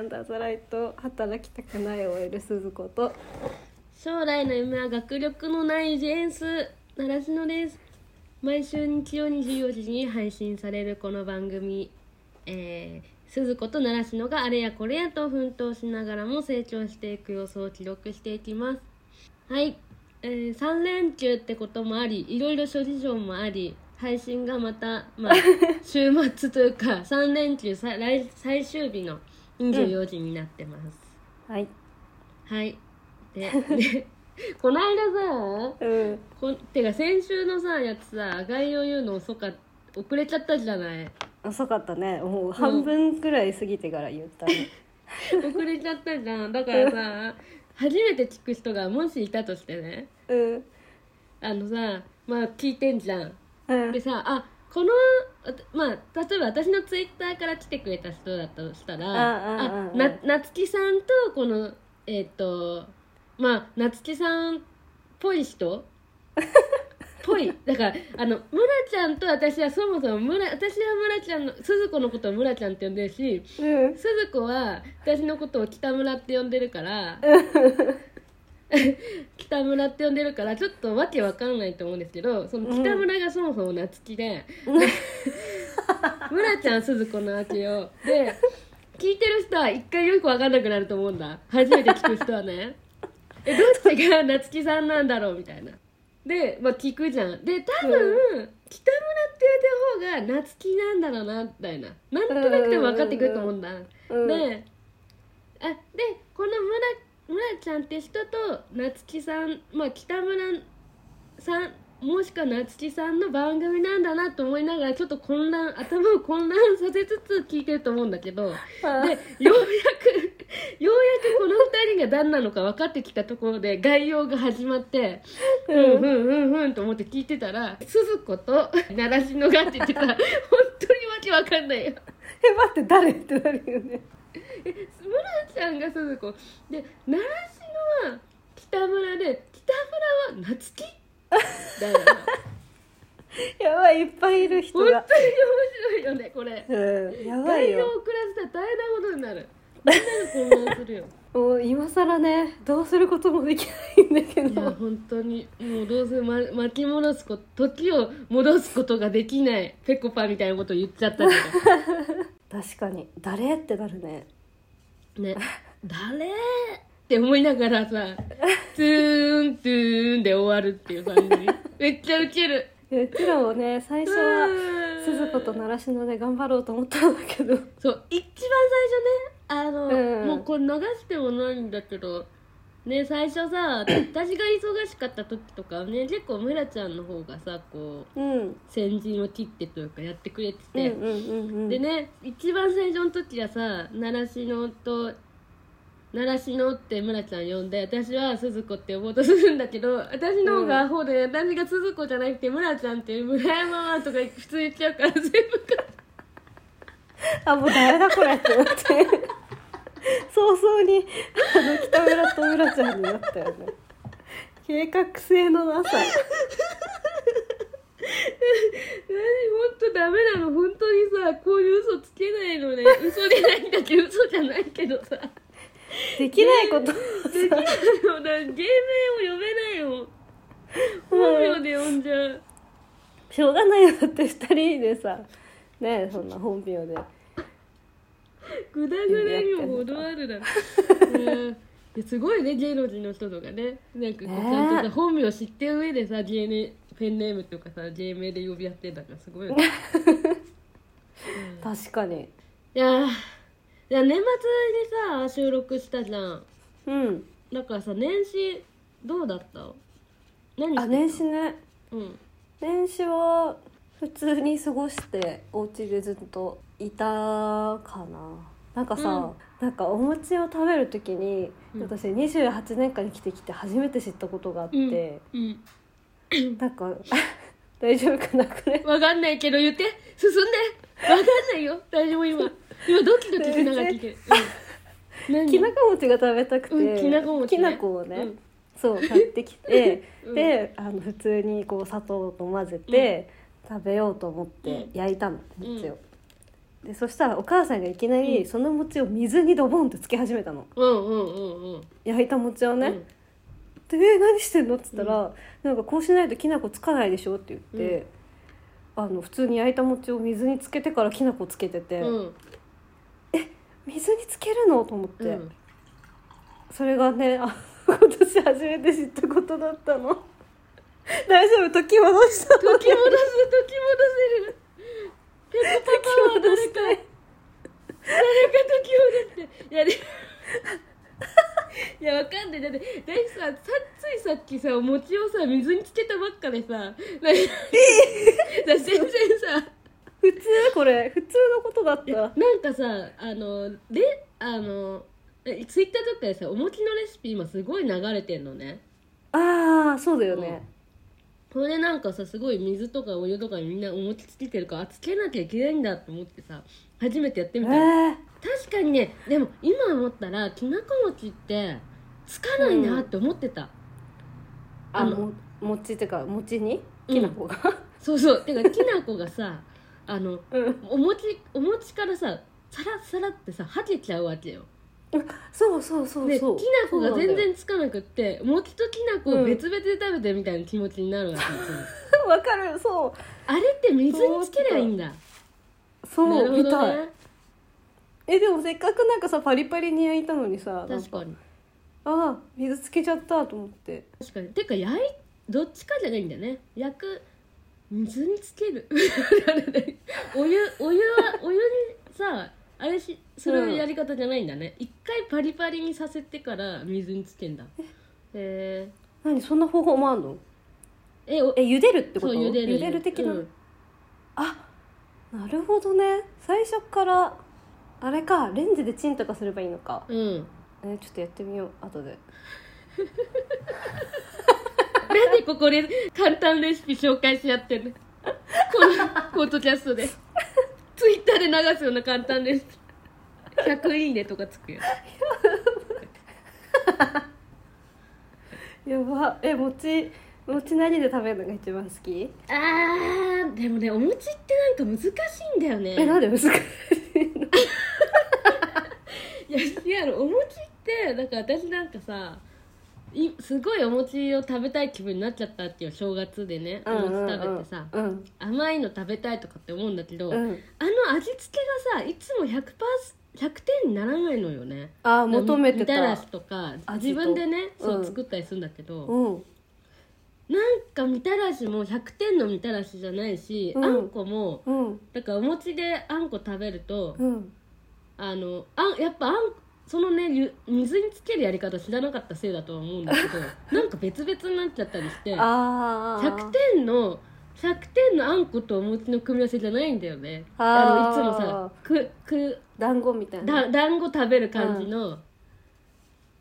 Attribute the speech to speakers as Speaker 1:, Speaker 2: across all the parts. Speaker 1: んだざらいと働きたくない OL 鈴子と
Speaker 2: 将来の夢は学力のないジェンス習志野です毎週日曜24時に配信されるこの番組えー、鈴子と習志野があれやこれやと奮闘しながらも成長していく様子を記録していきますはい、えー、3連休ってこともありいろいろ諸事情もあり配信がまた、まあ、週末というか3連休さ来最終日の24時になってます、
Speaker 1: はい
Speaker 2: はい。で、で この間さ、
Speaker 1: うん
Speaker 2: こてか先週のさ、やつさ、概要言うの遅か遅れちゃったじゃない。
Speaker 1: 遅かったねもう半分くらい過ぎてから言ったね、
Speaker 2: 遅れちゃったじゃん。だからさ、初めて聞く人がもしいたとしてね、
Speaker 1: うん
Speaker 2: あのさ、まあ聞いてんじゃん。
Speaker 1: うん
Speaker 2: でさ、あ、この、あまあ、例えば私のツイッターから来てくれた人だとしたら、
Speaker 1: うんうんうんうん
Speaker 2: な、なつきさんと、この、えっ、と、まあ、なつきさんっぽい人 ぽい。だから、あの、むらちゃんと私はそもそもむら、私はむらちゃんの、鈴子のことをむらちゃんって呼んでるし、
Speaker 1: うん
Speaker 2: 鈴子は私のことを北村って呼んでるから北村って呼んでるからちょっとわけわかんないと思うんですけどその北村がそもそも夏希で、村ちゃん鈴子の秋よで聞いてる人は一回よくわかんなくなると思うんだ初めて聞く人はねえどっちが夏希さんなんだろうみたいなでまあ聞くじゃんで多分、北村って言うた方が夏希なんだろうなみたいななんとなくでも分かってくると思うんだ、
Speaker 1: うん
Speaker 2: であでこの村村ちゃんって人と夏希さんまあ北村さんもしくは夏希さんの番組なんだなと思いながらちょっと混乱頭を混乱させつつ聞いてると思うんだけど
Speaker 1: あ
Speaker 2: でようやくようやくこの2人が誰なのか分かってきたところで概要が始まって
Speaker 1: う
Speaker 2: うんうん
Speaker 1: ん
Speaker 2: うんうんと思って聞いてたら鈴子と習志野がって言ってた 本当にわけわかんないよ
Speaker 1: え待って誰ってなるよね
Speaker 2: 村ちゃんが鈴子で習志野は北村で北村は夏希だよ
Speaker 1: やばいいっぱいいる人
Speaker 2: 本当に面
Speaker 1: が、
Speaker 2: 白いよねこれ
Speaker 1: うん、やばい
Speaker 2: 概要
Speaker 1: よ
Speaker 2: を遅らせたら大変なことになるみんなが混乱するよ
Speaker 1: もう今更ねどうすることもできないんだけ
Speaker 2: いや
Speaker 1: ど
Speaker 2: 本当にもうどうせ、ま、巻き戻すこと時を戻すことができないペコパみたいなこと言っちゃったけ
Speaker 1: 確かに誰ってなるね
Speaker 2: どね誰って思いながらさトゥーントゥーンで終わるっていう感じめっちゃウケる
Speaker 1: うちらもね最初は鈴子と習志野で頑張ろうと思ったんだけど
Speaker 2: そう一番最初ねあの、
Speaker 1: うん
Speaker 2: もうこれ流してもないんだけどね最初 さ私が忙しかった時とかはね結構村ちゃんの方がさこう
Speaker 1: うん
Speaker 2: 先陣を切ってというかやってくれて
Speaker 1: うん
Speaker 2: て、
Speaker 1: うんうんうん
Speaker 2: でね一番最初の時はさ習志野と習志野って村ちゃん呼んで私は鈴子って呼ぼうとするんだけど私の方がアホで、私が鈴子じゃなくて村ちゃんって村山はとか普通言っちゃうから全部
Speaker 1: あもう誰だこれって思 って早々にあの北村と浦ちゃんになったよね計画性のなさ
Speaker 2: 何本当ダメなの本当にさこういう嘘つけないのね嘘じゃないんだけど嘘じゃないけど さ
Speaker 1: できないこと
Speaker 2: できないよだ芸名を呼べないよ本名で呼んじゃう
Speaker 1: しょうがないよだって2人でさねえそんな本名で
Speaker 2: グダグダにも程あるだろ、うんいやすごいね芸能人の人とかねなんかこう
Speaker 1: ね
Speaker 2: ちゃんとさ本名知ってる上でさ芸名ペンネームとかさ芸名で呼び合ってんだからすごいよね
Speaker 1: 確かに
Speaker 2: いやーいや年末にさ収録したじゃん
Speaker 1: うん
Speaker 2: だからさ年始どうだった何してた
Speaker 1: あ年始ね
Speaker 2: うん
Speaker 1: 年始は普通に過ごしてお家でずっといたかななんかさ、
Speaker 2: うん
Speaker 1: なんかお餅を食べる時に、
Speaker 2: うん
Speaker 1: 私28年間に生きてきて初めて知ったことがあって、
Speaker 2: うん
Speaker 1: なんか 大丈夫かなこれ
Speaker 2: わかんないけど言って進んでわかんないよ大丈夫今今ドキドキしながら聞いてる、うん、何
Speaker 1: きなこ餅が食べたくて、
Speaker 2: うんきなこ餅ね
Speaker 1: きなこをね、
Speaker 2: うん
Speaker 1: そう買ってきて、
Speaker 2: うん
Speaker 1: であの普通にこう砂糖と混ぜて、食べようと思って焼いたの餅を、でそしたらお母さんがいきな
Speaker 2: う
Speaker 1: り
Speaker 2: ん
Speaker 1: その餅を水にドボンってつけ始めたの
Speaker 2: うんうんうんうん
Speaker 1: 焼いた餅をね、
Speaker 2: うん
Speaker 1: で「えー何してんの?」っつったら、なんかこうしないときな粉つかないでしょ」って言って、あの普通に焼いた餅を水につけてからきな粉つけてて、
Speaker 2: うん
Speaker 1: 水につけるのと思って、
Speaker 2: うん
Speaker 1: それがねあ 今年初めて知ったことだったの 大丈夫時戻した
Speaker 2: 時戻す時戻せるペコパパは誰か誰か時戻っていやで いやわかんないだって大地さんさついさっきさお餅をさ水につけたばっかでさなんかだから全然さ
Speaker 1: 普通これ普通のことだった
Speaker 2: なんかさあのであのえツイッターとかでさお餅のレシピ今すごい流れてんのね
Speaker 1: ああそうだよね、
Speaker 2: これでなんかさすごい水とかお湯とかにみんなお餅つけてるからあつけなきゃいけないんだと思ってさ初めてやってみたの
Speaker 1: えー
Speaker 2: 確かにねでも今思ったらきなこ餅ってつかないなって思ってた、
Speaker 1: あ
Speaker 2: あの
Speaker 1: も餅ってか餅に
Speaker 2: うん
Speaker 1: きな粉が、
Speaker 2: そうそうてかきなこがさ あの
Speaker 1: うん、
Speaker 2: お餅お餅からささらさらってさはけちゃうわけよ
Speaker 1: そうそうそう
Speaker 2: でき
Speaker 1: そう
Speaker 2: なこが
Speaker 1: そ
Speaker 2: 全
Speaker 1: うなんだよ
Speaker 2: 然つかなくって餅ときなこを別々で食べてるみたいな気持ちになるわけ、よ
Speaker 1: わかるそう
Speaker 2: あれって水につけりゃいいんだ
Speaker 1: そう、
Speaker 2: なるほ
Speaker 1: み
Speaker 2: ど
Speaker 1: たい
Speaker 2: ね
Speaker 1: えでもせっかくなんかさパリパリに焼いたのにさなん
Speaker 2: 確かに
Speaker 1: ああ水つけちゃったと思って
Speaker 2: 確かにてか焼いどっちかじゃないんだよね焼く水につける お湯お湯はお湯にさあれしす
Speaker 1: うん
Speaker 2: るやり方じゃないんだね、一回パリパリにさせてから水につけんだへえ
Speaker 1: 何そんな方法もあんの
Speaker 2: えお
Speaker 1: え茹でるってこ
Speaker 2: そ
Speaker 1: と
Speaker 2: う茹でる
Speaker 1: 的な、
Speaker 2: うん
Speaker 1: あなるほどね最初からあれかレンジでチンとかすればいいのか、
Speaker 2: うん
Speaker 1: えちょっとやってみよう後で
Speaker 2: なんでここで簡単レシピ紹介し合ってんのこのポートキャストでツイッターで流すような簡単レシピ100いいねとかつくよ
Speaker 1: やばえ餅餅何で食べるのが一番好き、
Speaker 2: あーでもねお餅ってなんか難しいんだよね
Speaker 1: えなんで難しいの
Speaker 2: いやいやお餅ってなんか私なんかさいすごいお餅を食べたい気分になっちゃったっていう正月でねお餅食べてさ、
Speaker 1: うん
Speaker 2: 甘いの食べたいとかって思うんだけど、
Speaker 1: うん、うん、
Speaker 2: あの味付けがさいつも 100, 100点にならないのよね
Speaker 1: あー求めて
Speaker 2: みみら
Speaker 1: た
Speaker 2: しとか
Speaker 1: 味
Speaker 2: 自
Speaker 1: と
Speaker 2: 分でねそううん作ったりするんだけど、
Speaker 1: うん
Speaker 2: なんかみたらしも100点のみたらしじゃないし、
Speaker 1: うん
Speaker 2: あんこも
Speaker 1: うん
Speaker 2: だからお餅であんこ食べると、
Speaker 1: うん
Speaker 2: あのあんやっぱあんそのねゆ水につけるやり方知らなかったせいだとは思うんだけ どなんか別々になっちゃったりして100
Speaker 1: ああ
Speaker 2: 点の100点のあんことお餅の組み合わせじゃないんだよね
Speaker 1: あー
Speaker 2: あのいつもさくく
Speaker 1: 団子みたいな
Speaker 2: だ団子食べる感じの、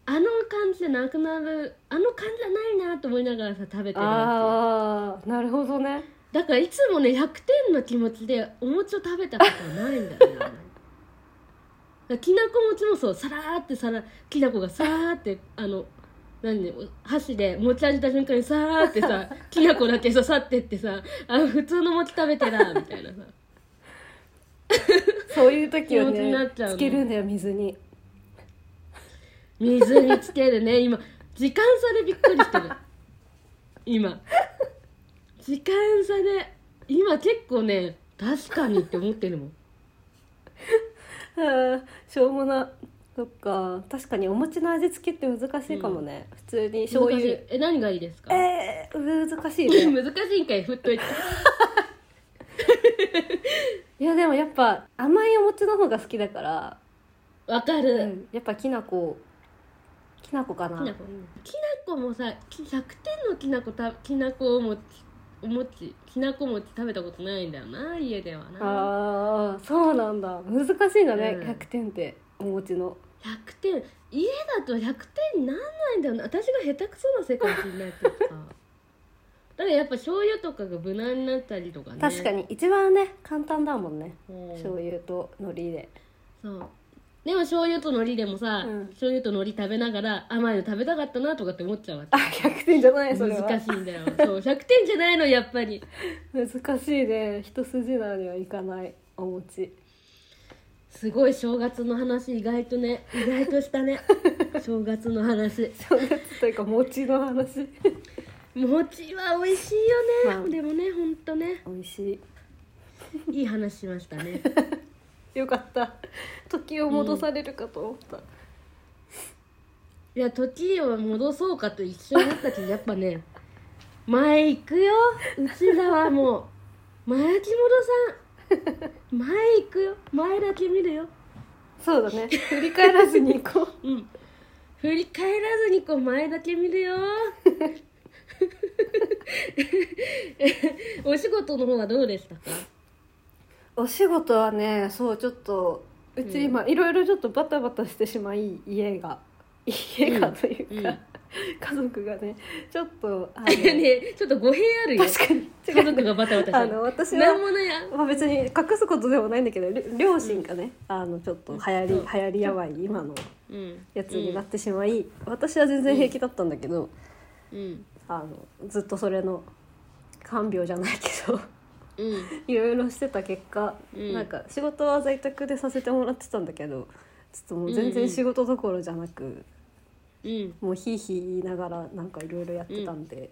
Speaker 2: あの感じじゃなくなるあの感じじゃないなと思いながらさ食べてるわ
Speaker 1: ああなるほどね
Speaker 2: けだからいつもね100点の気持ちでお餅を食べたことはないんだよねだからきなこ餅もそうさらーってさらきなこがさーってあの何で箸で持ち上げた瞬間にさーっ てさきなこだけささってってさあ普通の餅食べてらみたいなさ
Speaker 1: そういう時は
Speaker 2: 気持ちにな
Speaker 1: ね
Speaker 2: っちゃうね
Speaker 1: つけるんだよ水に
Speaker 2: 水につけるね今時間差でびっくりしてる今時間差で今結構ね確かにって思ってるもん
Speaker 1: あーしょうもなそっか確かにお餅の味付けって難しいかもね、普通に醤
Speaker 2: 難しい
Speaker 1: 油
Speaker 2: え何がいいですか
Speaker 1: えー、難しいね
Speaker 2: 難しいんかい振っといて
Speaker 1: いやでもやっぱ甘いお餅の方が好きだから、
Speaker 2: わか
Speaker 1: う
Speaker 2: る、
Speaker 1: ん、やっぱきなこきなこかな
Speaker 2: きなこきなこもさき100点のきなこたきなこお餅お餅きなこ餅食べたことないんだよな家ではな
Speaker 1: ああそうなんだ難しいんだね、
Speaker 2: うん
Speaker 1: 100点ってお餅の
Speaker 2: 100点家だと100点なんないんだよな私が下手くそな世界になってきただからやっぱ醤油とかが無難になったりとかね
Speaker 1: 確かに一番ね簡単だもんね、
Speaker 2: うん
Speaker 1: 醤油と海苔で
Speaker 2: そうでも醤油と海苔でもさ、
Speaker 1: うん
Speaker 2: 醤油と海苔食べながら甘いの食べたかったなとかって思っちゃうわ
Speaker 1: あ100点じゃない それは
Speaker 2: 難しいんだよそう100点じゃないのやっぱり
Speaker 1: 難しいね一筋縄にはいかないお餅
Speaker 2: すごい正月の話意外とね意外とした ね正月の話
Speaker 1: 正月というか餅の話
Speaker 2: 餅は美味しいよね、
Speaker 1: まあ
Speaker 2: でもねほんとね
Speaker 1: 美味し
Speaker 2: いい話しましたね
Speaker 1: いよかった時を戻されるかと思った、
Speaker 2: いや時を戻そうかと一緒になったけどやっぱね前行くようちらはもう前木 本さん前行くよ前だけ見るよ
Speaker 1: そうだね振り返らずに行こう
Speaker 2: うん振り返らずにこう前だけ見 るよお仕事の方はどうでしたか
Speaker 1: お仕事はねそうちょっとうち今いろいろちょっとバタバタしてしまい家が家がというか、
Speaker 2: うん
Speaker 1: 家族がねちょっとあの
Speaker 2: ねちょっと語弊あるよ
Speaker 1: 確かに
Speaker 2: 家族がバタバタ
Speaker 1: あ
Speaker 2: して
Speaker 1: の
Speaker 2: る
Speaker 1: 私は
Speaker 2: なんもないや
Speaker 1: まあ、別に隠すことでもないんだけどり両親がね、あのちょっと流行り、
Speaker 2: うん
Speaker 1: 流行り病今の
Speaker 2: うん
Speaker 1: やつになってしまい、私は全然平気だったんだけど、
Speaker 2: うん
Speaker 1: あのずっとそれの看病じゃないけど
Speaker 2: うん
Speaker 1: いろいろしてた結果、
Speaker 2: うん
Speaker 1: なんか仕事は在宅でさせてもらってたんだけどちょっともう全
Speaker 2: うんう
Speaker 1: 然
Speaker 2: ん
Speaker 1: 仕事どころじゃなく、
Speaker 2: うん
Speaker 1: もうひいひい言いながらなんかいろいろやってたんで、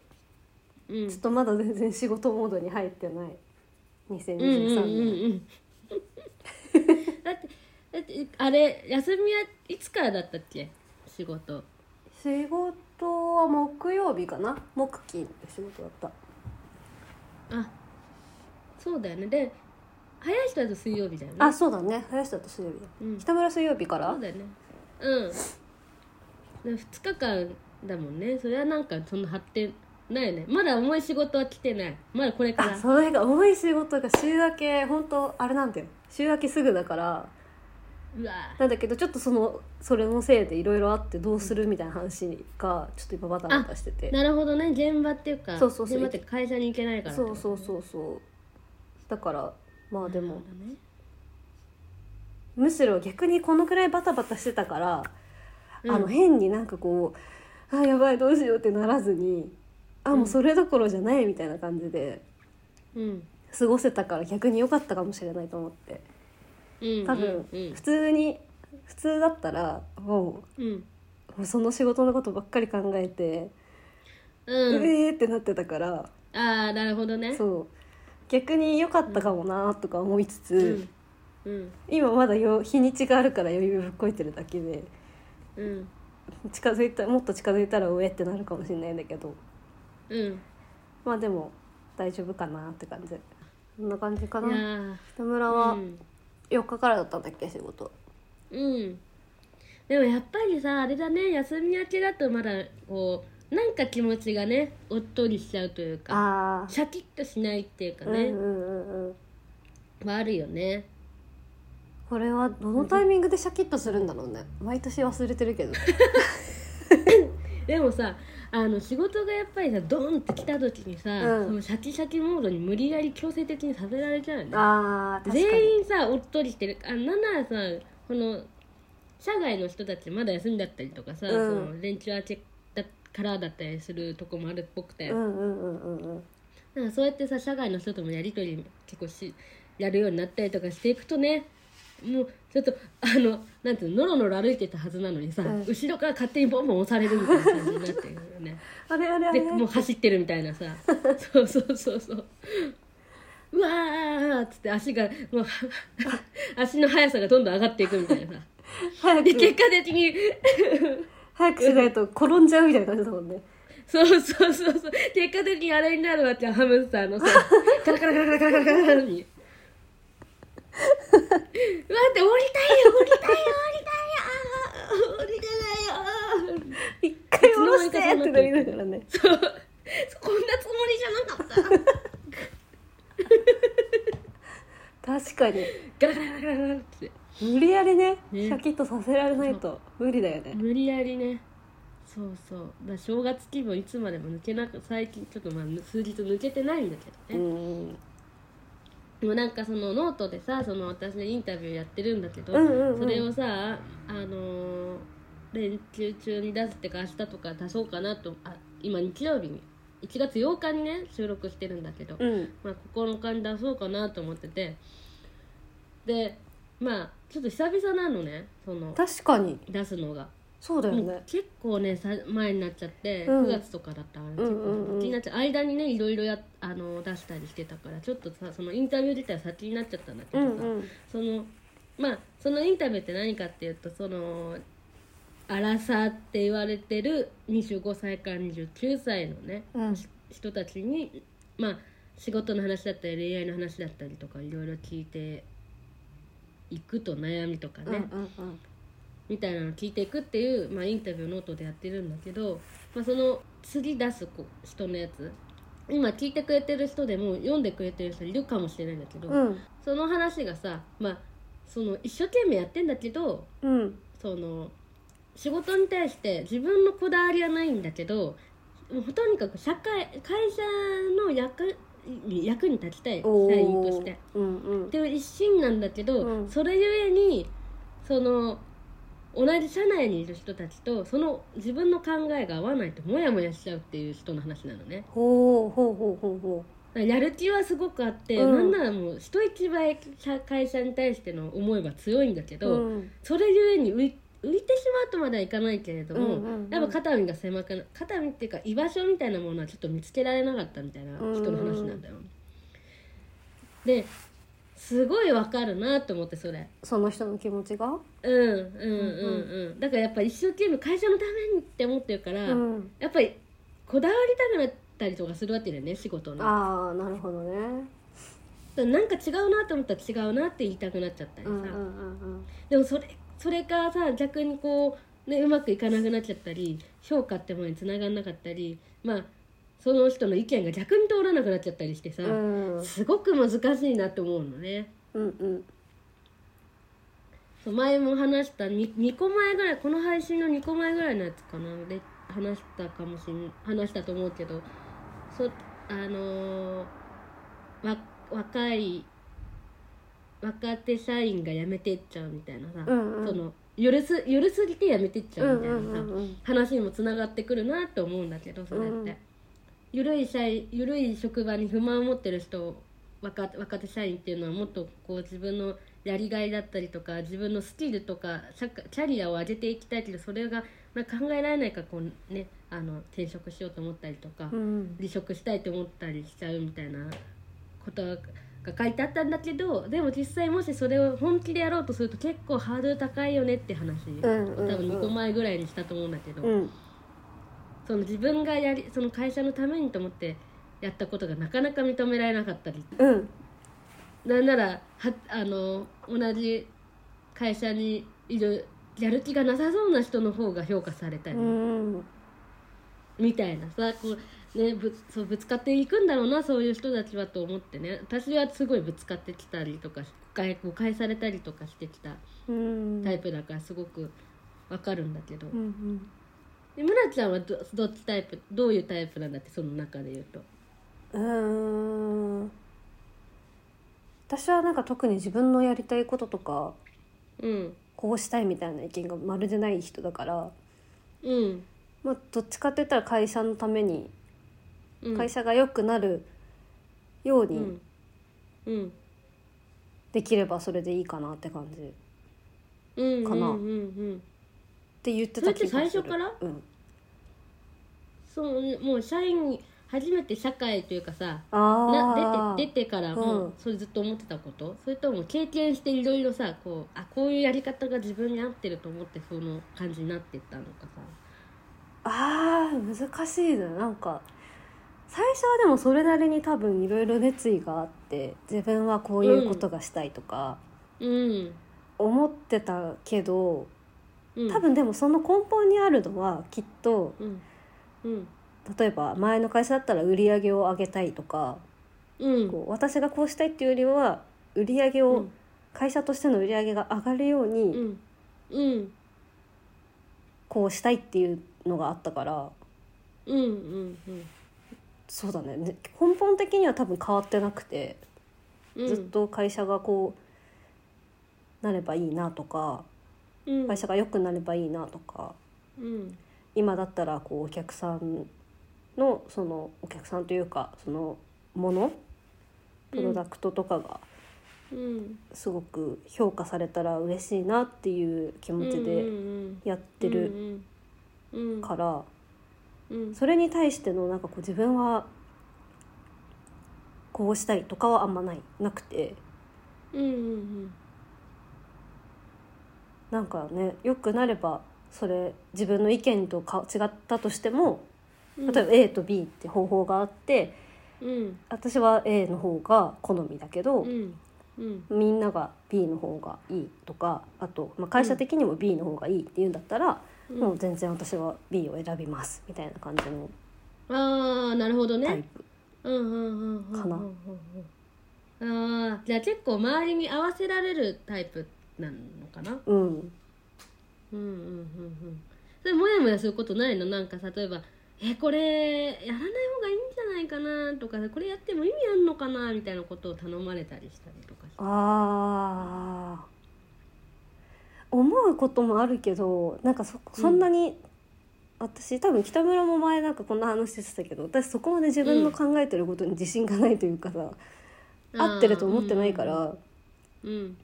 Speaker 2: うん
Speaker 1: ちょっとまだ全然仕事モードに入ってない2023
Speaker 2: うんうん
Speaker 1: 年。
Speaker 2: うんうん だってだってあれ休みはいつからだったっけ仕事
Speaker 1: 仕事は木曜日かな木金って仕事だった
Speaker 2: あそうだよねで早い人だと水曜日だよね
Speaker 1: あそうだね林田と水曜日だ
Speaker 2: うん
Speaker 1: 北村水曜日から
Speaker 2: そうだよねうん2日間だもんねそれはなんかそんな発展ないよねまだ重い仕事は来てないまだこれか
Speaker 1: あ
Speaker 2: ら
Speaker 1: それが多い仕事が週明け本当あれなんだよ週明けすぐだから
Speaker 2: うわ
Speaker 1: なんだけどちょっとそのそれのせいでいろいろあってどうするみたいな話がちょっと今バタバタしてて
Speaker 2: なるほどね現場っていうか
Speaker 1: そうそうそう
Speaker 2: 現場っていうか会社に行けないから
Speaker 1: そうそう
Speaker 2: う
Speaker 1: そうそうだからまあでも
Speaker 2: ね
Speaker 1: むしろ逆にこのくらいバタバタしてたから、
Speaker 2: うん
Speaker 1: あの変になんかこう「あやばいどうしよう」ってならずに「あもうそれどころじゃない」みたいな感じで
Speaker 2: うん
Speaker 1: 過ごせたから逆に良かったかもしれないと思って
Speaker 2: うん
Speaker 1: 多分
Speaker 2: うんうん
Speaker 1: 普通に普通だったらも
Speaker 2: うん
Speaker 1: うもうその仕事のことばっかり考えて、う
Speaker 2: うん、
Speaker 1: えーってなってたから
Speaker 2: ああなるほどね
Speaker 1: そう逆に良かったかもなとか思いつつ、
Speaker 2: うんうん
Speaker 1: 今まだよ日にちがあるから余裕ぶっこいてるだけで。
Speaker 2: うん
Speaker 1: 近づいたもっと近づいたら上ってなるかもしれないんだけど
Speaker 2: うん
Speaker 1: まあでも大丈夫かなって感じこんな感じか
Speaker 2: いや
Speaker 1: な
Speaker 2: ー
Speaker 1: 北村
Speaker 2: う
Speaker 1: は
Speaker 2: ん
Speaker 1: 4日からだったんだっけ仕事
Speaker 2: うんでもやっぱりさあれだね休み明けだとまだこうなんか気持ちがねおっとりしちゃうというか
Speaker 1: あ
Speaker 2: シャキッとしないっていうか
Speaker 1: あ、
Speaker 2: ね、
Speaker 1: うんうんうんうん
Speaker 2: はあるよね
Speaker 1: これはどのタイミングでシャキッとするんだろうね毎年忘れてるけど
Speaker 2: でもさあの仕事がやっぱりさドンって来た時にさ、
Speaker 1: うん
Speaker 2: そのシャキシャキモードに無理やり強制的にさせられちゃうよね
Speaker 1: ああ確かに
Speaker 2: 全員さおっとりしてるあなんならさこの社外の人たちまだ休みだったりとかさ、
Speaker 1: うん
Speaker 2: その連中明けだからだったりするとこもあるっぽくて、
Speaker 1: うんうんうんうんうん
Speaker 2: なんかそうやってさ社外の人ともやり取り結構しやるようになったりとかしていくとねもうちょっとあのなんていうののろのろ歩いてたはずなのにさ、
Speaker 1: うん
Speaker 2: 後ろから勝手にボンボン押されるみたいな感じになって るよね
Speaker 1: あれあれあ
Speaker 2: で
Speaker 1: れ
Speaker 2: もう走ってるみた いなさそうそうそうそううわーっつって足がもう足の速さがどんどん上がっていくみたいなさ
Speaker 1: 早
Speaker 2: で結
Speaker 1: く
Speaker 2: 果的に
Speaker 1: 早くしないと転んじゃうみたいな感じだもんね
Speaker 2: そうそうそうそう結果的にあれになるわけよハムスターのさカラカラカラカラカラカラカラに待って降りたいよ降りたいよ降りたいよ降りてないよ
Speaker 1: 一回下ろしてってなりながらね
Speaker 2: そうこんなつもりじゃなかった
Speaker 1: 確かに
Speaker 2: ガラガラガラガラガラって
Speaker 1: 無理やりね
Speaker 2: ね
Speaker 1: シャキッとさせられないと無理だよね
Speaker 2: 無理やりねそうそうだから正月気分いつまでも抜けなく最近ちょっとまあ数日抜けてないんだけどね、
Speaker 1: うん
Speaker 2: でもなんかそのノートでさその私のインタビューやってるんだけど、
Speaker 1: うんうんうん
Speaker 2: それをさあのー連休中に出すってか明日とか出そうかなとあ今日曜日に1月8日にね収録してるんだけど、
Speaker 1: うん
Speaker 2: まあ、9日に出そうかなと思っててでまあちょっと久々なのねその
Speaker 1: 確かに
Speaker 2: 出すのが、
Speaker 1: そうだよ
Speaker 2: も
Speaker 1: ね
Speaker 2: う結構ねさ前になっちゃって、
Speaker 1: うん
Speaker 2: 9月とかだったから結
Speaker 1: うんうんうん
Speaker 2: 構先になっちゃう間にねいろいろやあの出したりしてたからちょっとさそのインタビュー自体は先になっちゃったんだけ
Speaker 1: う
Speaker 2: どさ、
Speaker 1: んうん
Speaker 2: そのまあそのインタビューって何かっていうとその荒さって言われてる25歳から29歳のね
Speaker 1: うん
Speaker 2: 人たちにまあ仕事の話だったり恋愛の話だったりとかいろいろ聞いていくと悩みとかね、
Speaker 1: うんうんうん
Speaker 2: みたいなのを聞いていくっていう、まあ、インタビューノートでやってるんだけど、まあ、その次出す子人のやつ今聞いてくれてる人でも読んでくれてる人いるかもしれないんだけど、
Speaker 1: うん
Speaker 2: その話がさ、まあ、その一生懸命やってんだけど
Speaker 1: うん
Speaker 2: その仕事に対して自分のこだわりはないんだけどもうとにかく社会会社の役役に立ちたい社
Speaker 1: おー
Speaker 2: 員として。
Speaker 1: うんうん
Speaker 2: っていう一心なんだけど、
Speaker 1: うん
Speaker 2: それゆえにその同じ社内にいる人たちとその自分の考えが合わないとモヤモヤしちゃうっていう人の話なのね
Speaker 1: ほうほうほうほうほ
Speaker 2: だからやる気はすごくあって、
Speaker 1: うん
Speaker 2: なんならもう人一倍社会社に対しての思いは強いんだけ
Speaker 1: う
Speaker 2: ど、
Speaker 1: うん
Speaker 2: それゆえに浮い浮いてしまうとまではいかないけれども、
Speaker 1: うんうんうん
Speaker 2: やっぱ肩身が狭くな肩身っていうか居場所みたいなものはちょっと見つけられなかったみたいな人の話なんだよ。ですごいわかるなと思ってそれ。
Speaker 1: その人の気持ちが
Speaker 2: うんうんうんうん。だからやっぱ一生懸命会社のためにって思ってるから、
Speaker 1: うん
Speaker 2: やっぱりこだわりたくなったりとかするわけだよね仕事の。
Speaker 1: ああなるほどね
Speaker 2: だからなんか違うなと思ったら違うなって言いたくなっちゃったり
Speaker 1: う
Speaker 2: さ。
Speaker 1: んうんうん
Speaker 2: でもそれそれからさ逆にこう、ね、うまくいかなくなっちゃったり評価ってものにつながんなかったりまあその人の意見が逆に通らなくなっちゃったりしてさ、
Speaker 1: うんうん
Speaker 2: すごく難しいなって思うのね。
Speaker 1: うんうん
Speaker 2: そう前も話した 2, 2個前ぐらいこの配信の2個前ぐらいのやつかなで話したかもしん話したと思うけどそあのーわ若い若手社員が辞めてっちゃうみたいなさ、
Speaker 1: うんうん
Speaker 2: その緩す緩すぎて辞めてっちゃうみたいなさ、
Speaker 1: うんうんうんうん
Speaker 2: 話にもつながってくるなって思うんだけどそれって、
Speaker 1: うん
Speaker 2: 緩い社員緩い職場に不満を持ってる人若若手社員っていうのはもっとこう自分のやりがいだったりとか自分のスキルとか社会キャリアを上げていきたいけどそれがなんか考えられないからこう、ね、あの転職しようと思ったりとか、
Speaker 1: うん
Speaker 2: 離職したいと思ったりしちゃうみたいなことが書いてあったんだけどでも実際もしそれを本気でやろうとすると結構ハードル高いよねって話、
Speaker 1: うんうんうん
Speaker 2: 多分2個前ぐらいにしたと思うんだけど、
Speaker 1: うん
Speaker 2: その自分がやりその会社のためにと思ってやったことがなかなか認められなかったり
Speaker 1: うん
Speaker 2: なんならはあの同じ会社にいるやる気がなさそうな人の方が評価されたり、
Speaker 1: うん
Speaker 2: みたいなさこう、ね、ぶそうぶつかっていくんだろうなそういう人たちはと思ってね私はすごいぶつかってきたりとか誤解誤解されたりとかしてきた
Speaker 1: うん
Speaker 2: タイプだからすごくわかるんだけど、
Speaker 1: うんうん
Speaker 2: で村ちゃんはどどっちタイプどういうタイプなんだってその中で言うと。
Speaker 1: うーん私はなんか特に自分のやりたいこととか
Speaker 2: うん
Speaker 1: こうしたいみたいな意見がまるでない人だから、
Speaker 2: うん
Speaker 1: まあ、どっちかって言ったら会社のために
Speaker 2: うん
Speaker 1: 会社が良くなるよう
Speaker 2: う
Speaker 1: に
Speaker 2: んうん
Speaker 1: できればそれでいいかなって感じっ
Speaker 2: うん
Speaker 1: かな
Speaker 2: うんうんうん
Speaker 1: て言ってた気がする。
Speaker 2: それって最初から
Speaker 1: うん、
Speaker 2: そうもう社員に初めて社会というかさ
Speaker 1: あ
Speaker 2: な
Speaker 1: ー
Speaker 2: 出て出てから
Speaker 1: う
Speaker 2: もうんそれずっと思ってたこと、それとも経験していろいろさこうあこういうやり方が自分に合ってると思ってその感じになってったのかさ
Speaker 1: あー難しいななんか最初はでもそれなりに多分いろいろ熱意があって自分はこういうことがしたいとか
Speaker 2: うん、
Speaker 1: 思ってたけど、
Speaker 2: うん、
Speaker 1: 多分でもその根本にあるのはきっと
Speaker 2: うんうん
Speaker 1: 例えば前の会社だったら売り上げを上げたいとか、
Speaker 2: うん
Speaker 1: こう私がこうしたいっていうよりは売り上げを、
Speaker 2: うん
Speaker 1: 会社としての売り上げが上がるよう
Speaker 2: う
Speaker 1: に
Speaker 2: んうん
Speaker 1: こうしたいっていうのがあったから
Speaker 2: うんうん
Speaker 1: そうだねね根本的には多分変わってなくて
Speaker 2: うん
Speaker 1: ずっと会社がこうなればいいなとか
Speaker 2: うん
Speaker 1: 会社が良くなればいいなとか
Speaker 2: うん
Speaker 1: 今だったらこうお客さんのそのお客さんというかそのものプロダクトとかが
Speaker 2: うん
Speaker 1: すごく評価されたら嬉しいなっていう気持ちでやってる
Speaker 2: うんうん
Speaker 1: から、
Speaker 2: うん
Speaker 1: それに対してのなんかこう自分はこうしたいとかはあんまないなくて
Speaker 2: うんうん
Speaker 1: なんかね良くなればそれ自分の意見とか違ったとしても
Speaker 2: うん
Speaker 1: 例えば A と B って方法があって
Speaker 2: うん
Speaker 1: 私は A の方が好みだけど
Speaker 2: う。んうん
Speaker 1: みんなが B の方がいいとかあと、まあ、会社的にも B の方がいいって言うんだったら、
Speaker 2: うん
Speaker 1: もう全然私は B を選びますみたいな感じの
Speaker 2: ああなるほど
Speaker 1: タイ
Speaker 2: ね
Speaker 1: プ、
Speaker 2: うんうんうんうん
Speaker 1: かな
Speaker 2: うんうんうんああじゃあ結構周りに合わせられるタイプなのかな
Speaker 1: うん
Speaker 2: うんうんうんうんそれモヤモヤすることないのなんか例えば「えこれやらない方がいいんじゃないかな」とか「これやっても意味あんのかな」みたいなことを頼まれたりしたりとかして
Speaker 1: あー思うこともあるけどなんかそそんなに、私多分北村も前なんかこんな話してたけど私そこまで自分の考えてることに自信がないというかさ、合ってると思ってないか、ら、
Speaker 2: うんうんうん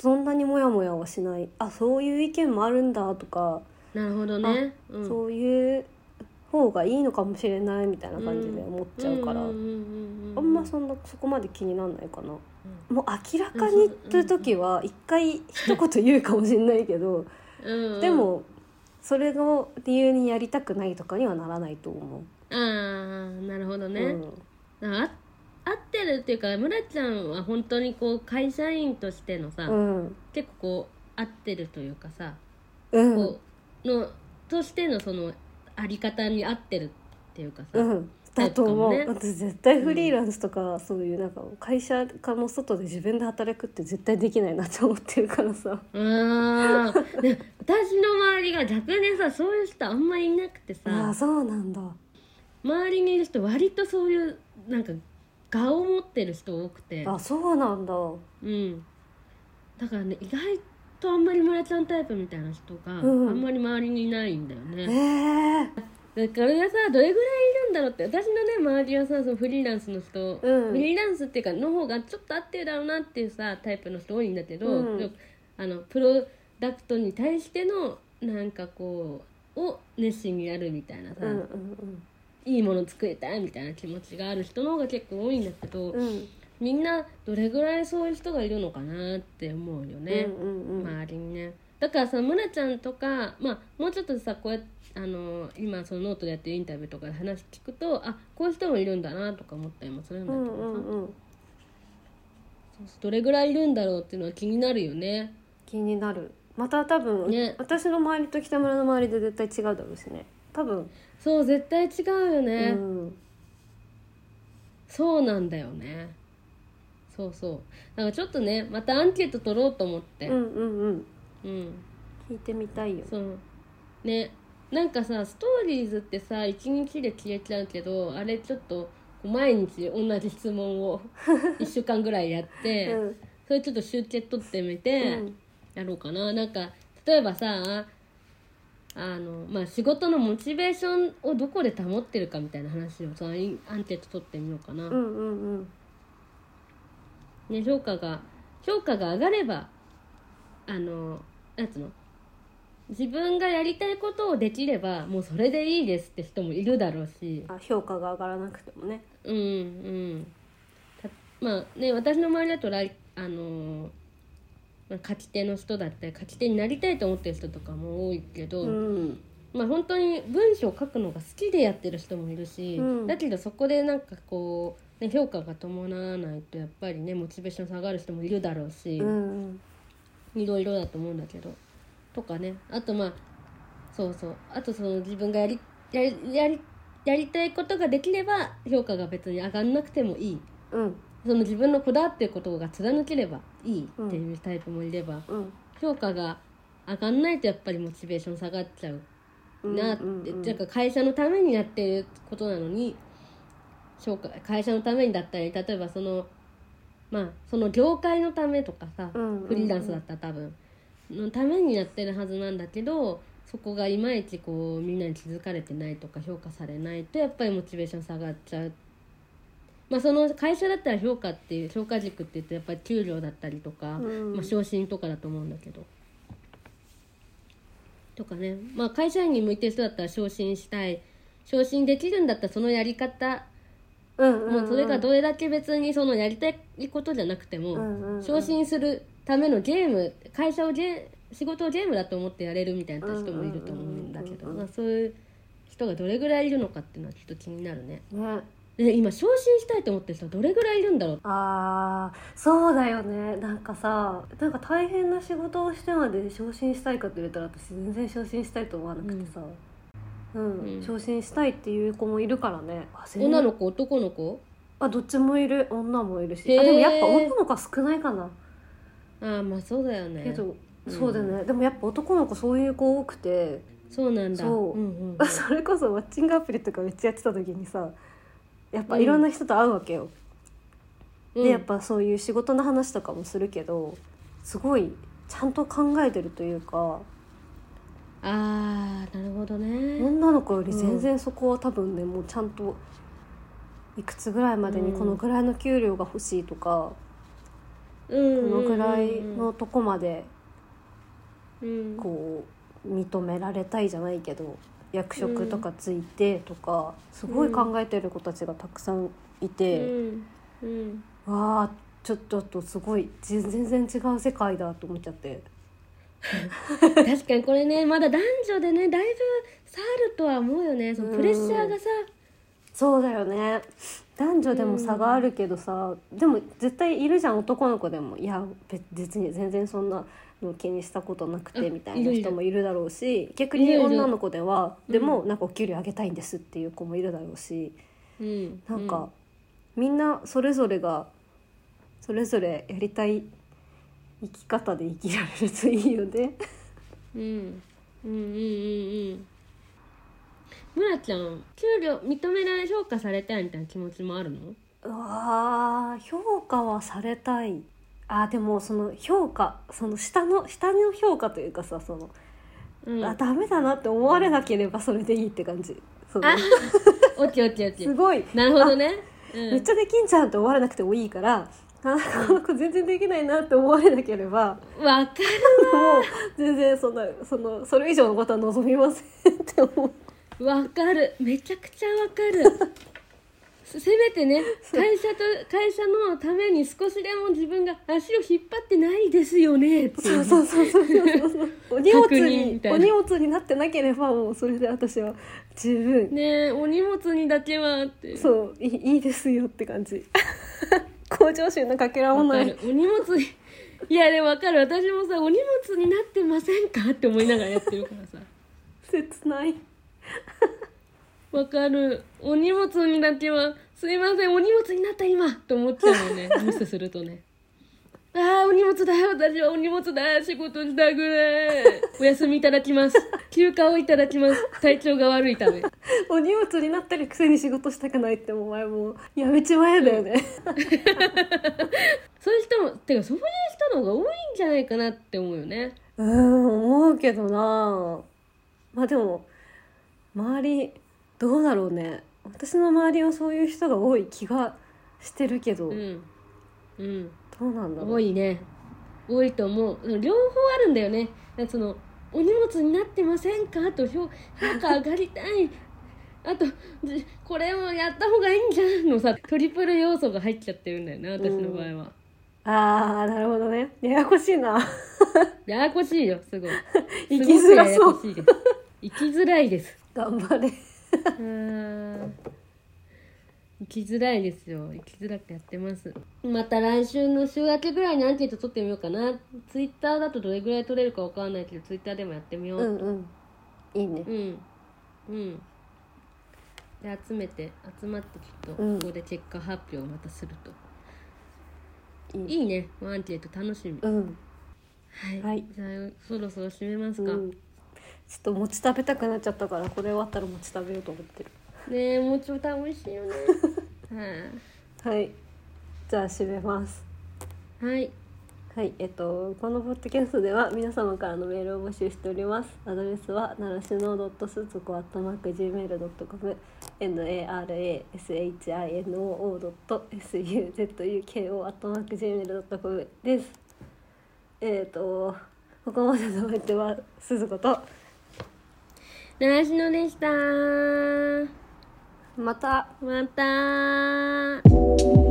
Speaker 1: そんなにモヤモヤはしないあそういう意見もあるんだとか、
Speaker 2: なるほどねうん
Speaker 1: そういう方がいいのかもしれないみたいな感じで思っちゃうから、
Speaker 2: んんうんうん
Speaker 1: あんまそんなそこまで気になんないかな。
Speaker 2: う
Speaker 1: もう明らかにという時は一回一言言うかもしれないけど、
Speaker 2: んうん
Speaker 1: でもそれを理由にやりたくないとかにはならないと思
Speaker 2: ああなるほど
Speaker 1: う。
Speaker 2: ね、あ合ってるっていうか村ちゃんは本当にこう会社員としてのさ、
Speaker 1: うん、うん、
Speaker 2: 結構こう合ってるというかさ、
Speaker 1: うん、
Speaker 2: こうのとしてのそのあり方に合ってるっていうかさ、
Speaker 1: うん、だと思う。
Speaker 2: タイプかもね
Speaker 1: 私絶対フリーランスとかそういうなんか会社からの外で自分で働くって絶対できないなって思ってるからさ。
Speaker 2: あー で私の周りが逆にさそういう人あんまりいなくて
Speaker 1: あ
Speaker 2: さ
Speaker 1: あ、そうなんだ。
Speaker 2: 周りにいる人割とそういうなんか我を持ってる人多くて
Speaker 1: あ、そうなんだ。
Speaker 2: うんだからね意外とあんまり村ちゃんタイプみたいな人があ
Speaker 1: うん
Speaker 2: んまり周りにいないんだよね、
Speaker 1: ええ
Speaker 2: だからがさどれぐらいいるんだろうって私のね周りはさそのフリーランスの人、
Speaker 1: うん
Speaker 2: フリーランスっていうかの方がちょっと合ってるだろうなっていうさタイプの人多いんだけど、
Speaker 1: うん
Speaker 2: でもあのプロダクトに対してのなんかこうを熱心にやるみたいなさ、
Speaker 1: うんうん
Speaker 2: いいもの作りたいみたいな気持ちがある人の方が結構多いんだけど、
Speaker 1: うん。うん。
Speaker 2: みんなどれぐらいそういう人がいるのかなって思うよね。
Speaker 1: うんうんうん。
Speaker 2: 周りにねだからさむなちゃんとか、まあ、もうちょっとさこうやっあの今そのノートでやってるインタビューとかで話聞くとあこういう人もいるんだなとか思ったりもするん
Speaker 1: う
Speaker 2: だけど
Speaker 1: ん
Speaker 2: さ、
Speaker 1: うんうん。
Speaker 2: そうどれぐらいいるんだろうっていうのは気になるよね
Speaker 1: 気になるまた多分、
Speaker 2: ね
Speaker 1: 私の周りと北村の周りで絶対違うだろうしね多分、
Speaker 2: そう絶対違うよね、
Speaker 1: うん、
Speaker 2: そうなんだよねそうそうだからちょっとねまたアンケート取ろうと思って
Speaker 1: うんうんうん
Speaker 2: うん
Speaker 1: 聞いてみたいよ
Speaker 2: そうねなんかさストーリーズってさ一日で消えちゃうけどあれちょっとこう毎日同じ質 問を1週間ぐらいやって、
Speaker 1: うん
Speaker 2: それちょっと集計取ってみて
Speaker 1: うん
Speaker 2: やろうかな、なんか例えばさあのまあ仕事のモチベーションをどこで保ってるかみたいな話をさインアンケート取ってみようかな、
Speaker 1: うんうんうん
Speaker 2: ね、評価が評価が上がればあのなんつうの自分がやりたいことをできればもうそれでいいですって人もいるだろうし
Speaker 1: あ評価が上がらなくてもね
Speaker 2: うんうんたまあね私の周りだと来あのまあ書き手の人だったり書き手になりたいと思ってる人とかも多いけど、
Speaker 1: うん
Speaker 2: まあ本当に文章を書くのが好きでやってる人もいるし、
Speaker 1: うん
Speaker 2: だけどそこでなんかこう、ね、評価が伴わないとやっぱりねモチベーション下がる人もいるだろうし、
Speaker 1: うんうん
Speaker 2: いろいろだと思うんだけどとかねあとまあそうそうあとその自分がやりやりやりやりたいことができれば評価が別に上がんなくてもいい
Speaker 1: うん
Speaker 2: その自分のこだわってることが貫ければいいっていうタイプもいれば、
Speaker 1: うん
Speaker 2: 評価が上がんないとやっぱりモチベーション下がっちゃうなって、
Speaker 1: うんうんうん
Speaker 2: なんか会社のためにやってることなのに評価会社のためにだったり例えばそのまあその業界のためとかさ、
Speaker 1: うんうんうん
Speaker 2: フリーランスだったら多分のためにやってるはずなんだけどそこがいまいちこうみんなに気づかれてないとか評価されないとやっぱりモチベーション下がっちゃうまあ、その会社だったら評価っていう評価軸って言ってやっぱり給料だったりとか、
Speaker 1: うん
Speaker 2: まあ、昇進とかだと思うんだけど。とかね、まあ、会社員に向いてる人だったら昇進したい昇進できるんだったらそのやり方
Speaker 1: うんうん
Speaker 2: もうそれがどれだけ別にそのやりたいことじゃなくても、
Speaker 1: うんうんうん
Speaker 2: 昇進するためのゲーム会社をゲー仕事をゲームだと思ってやれるみたいな人もいると思うんだけど、
Speaker 1: うんうんうんうんうん
Speaker 2: まあ、そういう人がどれぐらいいるのかっていうのはちょっと気になるね
Speaker 1: ね
Speaker 2: で今昇進したいと思ってる人はどれぐらいいるんだろう
Speaker 1: あーそうだよねなんかさなんか大変な仕事をしてまで昇進したいかって言われたら私全然昇進したいと思わなくてさ、うん
Speaker 2: うん
Speaker 1: 昇進したいっていう子もいるからねあ全然
Speaker 2: 女の子男の子
Speaker 1: あどっちもいる女もいるし
Speaker 2: へー
Speaker 1: あでもやっぱ女の子は少ないかな
Speaker 2: ああまあそうだよね
Speaker 1: けど、
Speaker 2: うん
Speaker 1: そうだねでもやっぱ男の子そういう子多くて、
Speaker 2: そうなんだ
Speaker 1: そうん
Speaker 2: うん うん、
Speaker 1: それこそマッチングアプリとかめっちゃやってた時にさやっぱ
Speaker 2: うん
Speaker 1: いろんな人と会うわけよ、
Speaker 2: うん
Speaker 1: でやっぱそういう仕事の話とかもするけどすごいちゃんと考えてるというか
Speaker 2: ああなるほどね
Speaker 1: 女の子より全然そこは多分ね、もうちゃんといくつぐらいまでに
Speaker 2: うん
Speaker 1: このぐらいの給料が欲しいとか、
Speaker 2: うんうん
Speaker 1: こ
Speaker 2: うん
Speaker 1: のぐらいのとこまで
Speaker 2: うん
Speaker 1: こう認められたいじゃないけど役職とかついてとか、すごい考えてる子たちがたくさんいうて、
Speaker 2: んうん
Speaker 1: わあちょっとあとすごい全全然違う世界だと思っちゃって。
Speaker 2: 確かにこれねまだ男女でねだいぶ差あるとは思うよねそのプレッシャーがさ、
Speaker 1: そうだよね男女でも差があるけどさ、でも絶対いるじゃん男の子でもいや別別に全然そんなの気にしたことなくて
Speaker 2: うん
Speaker 1: みたいない
Speaker 2: るいる
Speaker 1: 人もいるだろうし逆
Speaker 2: いる
Speaker 1: に
Speaker 2: いる
Speaker 1: 女の子では
Speaker 2: うん
Speaker 1: でもなんかお給料上げたいんですっていう子もいるだろうし
Speaker 2: うん、
Speaker 1: なんか、みんなそれぞれがそれぞれやりたい生き方で生きられるといいよね。
Speaker 2: うん、うんうんうんうんうん村ちゃん給料認められ評価されたいみたいな気持ちもあるの
Speaker 1: うわー評価はされたいあーでもその評価その下の下の評価というかさその、
Speaker 2: うん
Speaker 1: あダメだなって思われなければそれでいいって感じその
Speaker 2: あ オッケーオッケーオッケ
Speaker 1: す
Speaker 2: ー
Speaker 1: ごい、
Speaker 2: なるほどねうん
Speaker 1: めっちゃできんじゃんって思われなくてもいいからあーこの子全然できないなって思われなければ
Speaker 2: わかる
Speaker 1: もう全然そんなそのそれ以上のことは望みませんって思う
Speaker 2: わかるめちゃくちゃわかる せせめてね会社と会社のために少しでも自分が足を引っ張ってないですよねってい
Speaker 1: そううそうそうそうそうそうお荷物
Speaker 2: 確認み
Speaker 1: に
Speaker 2: たいな
Speaker 1: お荷物になってなければもうそれで私は十分
Speaker 2: ねえお荷物にだけはって
Speaker 1: そういいいいですよって感じ 向上心のかけらも
Speaker 2: わか
Speaker 1: な
Speaker 2: る
Speaker 1: い
Speaker 2: お荷物にいやでもわかる私もさお荷物になってませんかって思いながらやってるからさ
Speaker 1: 切ない
Speaker 2: わかるお荷物にだけはすいませんお荷物になった今と思っちゃうよねミスするとねあーお荷物だ私はお荷物だ仕事したくないお休みいただきます休暇をいただきます体調が悪いため
Speaker 1: お荷物になってるくせに仕事したくないってお前もうやめちまえだよね、
Speaker 2: そういう人もてかそういう人の方が多いんじゃないかなって思うよね
Speaker 1: うーん思うけどなまあでも周りどうだろうね私の周りはそういう人が多い気がしてるけど、
Speaker 2: うんうん
Speaker 1: どうなんだろ
Speaker 2: 多
Speaker 1: う
Speaker 2: いね多いと思う両方あるんだよねそのお荷物になってませんかと評評価上がりたいあとじこれをやった方がいいんじゃんのさトリプル要素が入っちゃってるんだよね私の場合は、
Speaker 1: ああなるほどねややこしいな
Speaker 2: ややこしいよすごい
Speaker 1: 生きづらそう
Speaker 2: すごくややこしいです生きづらいです
Speaker 1: 頑張れ
Speaker 2: あー生きづらいですよ生きづらくやってますまた来週の週明けぐらいにアンケート取ってみようかなツイッターだとどれぐらい取れるかわかんないけどツイッターでもやってみよう、
Speaker 1: うんうんいいね
Speaker 2: うんうんで集めて集まってきっと
Speaker 1: うん
Speaker 2: ここで結果発表をまたすると、
Speaker 1: いい
Speaker 2: いいねワンティエット楽しみ、
Speaker 1: うん
Speaker 2: はい、
Speaker 1: はい
Speaker 2: じゃあそろそろ締めますか、
Speaker 1: うん、ちょっと餅食べたくなっちゃったからこれ終わったら餅食べようと思ってる
Speaker 2: ねえもうちょっと美味しい よねはい
Speaker 1: はいじゃあ閉めます
Speaker 2: はい
Speaker 1: はい、えっと、このポッドキャストでは皆様からのメールを募集しております。アドレスは、ならしの .suzuko.gmail.com、narashino.suzuko.gmail.com です。えっと、ここまでのお相手は、すずこと、
Speaker 2: 習志野でした
Speaker 1: また、
Speaker 2: また